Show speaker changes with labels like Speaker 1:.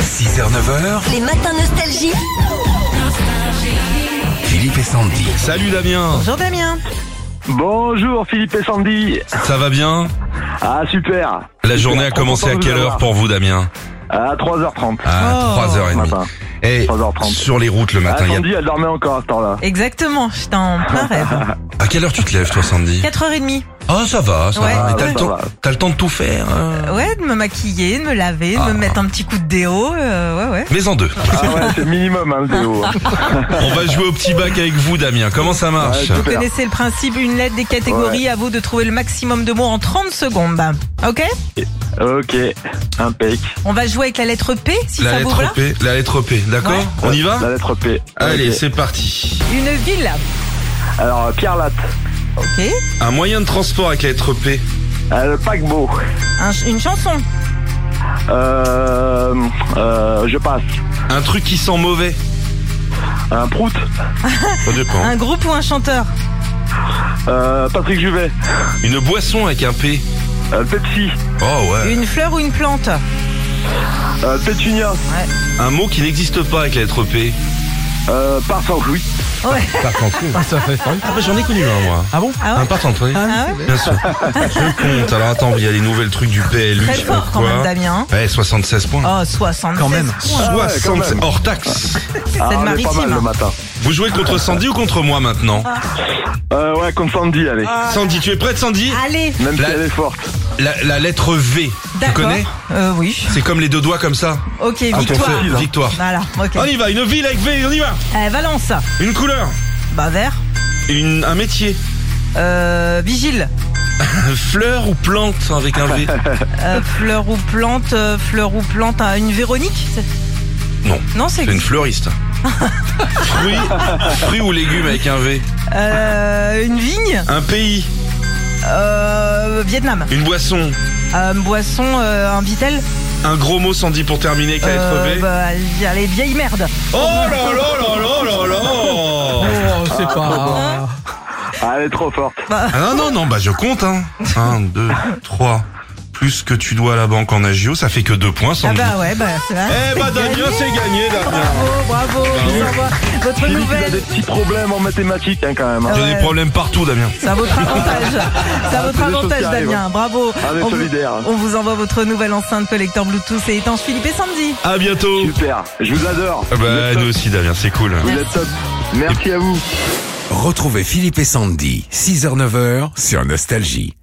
Speaker 1: 6h, 9h,
Speaker 2: Les matins nostalgie.
Speaker 1: Philippe et Sandy.
Speaker 3: Salut Damien,
Speaker 4: Bonjour Damien.
Speaker 5: Bonjour Philippe et Sandy.
Speaker 3: ça va bien
Speaker 5: Ah super.
Speaker 3: La journée a
Speaker 5: Trop
Speaker 3: commencé
Speaker 5: content
Speaker 3: à
Speaker 5: de vous
Speaker 3: quelle heure
Speaker 5: avoir.
Speaker 3: pour vous Damien
Speaker 5: À 3h30
Speaker 3: À
Speaker 4: Oh.
Speaker 5: ce
Speaker 3: 3h30.
Speaker 5: matin.
Speaker 3: Et
Speaker 5: 3h30.
Speaker 3: Eh, sur les routes le
Speaker 5: Ah,
Speaker 3: matin, il y a-
Speaker 5: Sandy, elle dormait encore à ce temps-là.
Speaker 4: Exactement, je en plein rêve.
Speaker 3: à quelle heure tu te lèves toi Sandy
Speaker 4: 4h30.
Speaker 3: Ah ça va, ça
Speaker 4: Ouais.
Speaker 3: va.
Speaker 4: Ah,
Speaker 3: Et t'as le
Speaker 5: ouais, ça
Speaker 3: temps-
Speaker 5: va.
Speaker 3: t'as le temps de tout faire euh.
Speaker 4: Ouais, de me maquiller, de me laver, de
Speaker 3: Ah.
Speaker 4: me mettre un petit coup de déo. euh, ouais, ouais.
Speaker 3: Mais en deux.
Speaker 5: Ah ouais, c'est minimum hein, le déo.
Speaker 3: On va jouer au petit bac avec vous Damien. Comment ça marche
Speaker 5: Ouais,
Speaker 4: Vous connaissez le principe, une lettre des catégories, à vous de trouver le maximum de mots en 30 secondes. Ok
Speaker 5: Ok, impec.
Speaker 4: On va jouer avec la lettre P, si
Speaker 3: La
Speaker 4: ça vous
Speaker 3: lettre
Speaker 4: va.
Speaker 3: P, la lettre P, d'accord
Speaker 4: Ouais.
Speaker 3: On y va
Speaker 5: La lettre P.
Speaker 3: Allez,
Speaker 5: Ok.
Speaker 3: c'est parti.
Speaker 4: Une ville.
Speaker 5: Alors Pierre Latte,
Speaker 4: Ok.
Speaker 3: Un moyen de transport avec la lettre P.
Speaker 5: Euh, le paquebot.
Speaker 4: Un ch- une chanson.
Speaker 5: Euh, euh, je passe.
Speaker 3: Un truc qui sent mauvais.
Speaker 5: Un prout.
Speaker 3: Ça dépend.
Speaker 4: Un groupe ou un chanteur.
Speaker 5: Euh, Patrick Juvet.
Speaker 4: Ah.
Speaker 3: Une boisson avec un P.
Speaker 5: Euh, Pepsi.
Speaker 3: Oh ouais.
Speaker 4: Une fleur ou une plante.
Speaker 5: Euh, Pétunia.
Speaker 3: Un mot qui n'existe pas avec la lettre P.
Speaker 5: Euh, Parfenouille.
Speaker 4: Ouais.
Speaker 6: Ça fait faim.
Speaker 3: Ah bah j'en ai connu un moi.
Speaker 6: Ah bon
Speaker 4: Ah ouais
Speaker 3: Un parfenouil.
Speaker 4: Ah ouais
Speaker 3: Bien sûr. Je compte. Alors attends, il y a les nouvelles trucs du PLU.
Speaker 4: Très
Speaker 3: je sais pas
Speaker 4: fort quand
Speaker 3: quoi.
Speaker 4: même, Damien.
Speaker 3: Ouais, 76 points.
Speaker 4: Oh, 76
Speaker 6: Quand même.
Speaker 4: points.
Speaker 5: ouais, quand
Speaker 3: 76
Speaker 5: même.
Speaker 3: hors taxe.
Speaker 5: Ah,
Speaker 4: C'est
Speaker 5: on est pas mal le
Speaker 4: maritime.
Speaker 5: matin.
Speaker 3: Vous jouez contre Sandy ou contre moi maintenant
Speaker 5: Euh, ouais, comme Sandy, allez.
Speaker 3: Sandy, tu es prête Sandy
Speaker 4: Allez,
Speaker 5: Même
Speaker 3: La-
Speaker 5: si elle est forte.
Speaker 3: la, la lettre V, tu
Speaker 4: d'accord.
Speaker 3: connais
Speaker 4: Euh, oui.
Speaker 3: C'est comme les deux doigts comme ça.
Speaker 4: Ok,
Speaker 3: Quand on
Speaker 4: victoire.
Speaker 3: fait victoire.
Speaker 4: Voilà, ok.
Speaker 3: On y va, une ville avec V, on y va.
Speaker 4: Euh, Valence,
Speaker 3: Une couleur,
Speaker 4: bah vert.
Speaker 3: une, un métier,
Speaker 4: Euh, vigile,
Speaker 3: fleur ou plante avec un V.
Speaker 4: Euh, fleur ou plante, euh, fleur ou plante, à une Véronique c'est-
Speaker 3: Non.
Speaker 4: Non, c'est
Speaker 3: C'est une fleuriste. Fruits, fruits ou légumes avec un V.
Speaker 4: euh, une vigne,
Speaker 3: Un pays,
Speaker 4: euh, Vietnam.
Speaker 3: une boisson,
Speaker 4: Euh, boisson, euh, un vitel.
Speaker 3: un gros mot Sandy pour terminer avec la lettre V.
Speaker 4: Euh, bah, allez, vieille merde.
Speaker 3: Oh là là là là là là
Speaker 6: Oh, c'est pas.
Speaker 5: Ah, elle est trop forte.
Speaker 3: Ah non, non, non, bah je compte, hein. 1, 2, 3. Plus que tu dois à la banque en agio, ça fait que 2 points, sans
Speaker 4: Ah bah ouais, bah c'est vrai.
Speaker 3: Eh bah Damien, c'est gagné, Damien. Bah
Speaker 4: Bravo, bravo, je vous envoie votre
Speaker 5: Philippe, il a des
Speaker 4: nouvelle.
Speaker 5: petits problèmes en mathématiques hein, quand même. hein.
Speaker 3: J'ai
Speaker 4: bah, Ouais.
Speaker 3: des problèmes partout, Damien.
Speaker 4: C'est à votre avantage. C'est à votre
Speaker 5: c'est des choses
Speaker 4: avantage,
Speaker 5: qui arrivent.
Speaker 4: Damien. Bravo.
Speaker 5: Ah, mais
Speaker 4: On vous-
Speaker 5: solidaire.
Speaker 4: on vous envoie votre nouvelle enceinte collecteur Bluetooth et étanche Philippe et Sandy.
Speaker 3: À bientôt.
Speaker 5: Super, je vous adore.
Speaker 3: Ah
Speaker 5: Vous
Speaker 3: bah
Speaker 5: êtes top.
Speaker 3: nous aussi, Damien, c'est cool.
Speaker 5: Vous êtes top. Merci à vous.
Speaker 1: Retrouvez Philippe et Sandy, 6h, 9h sur Nostalgie.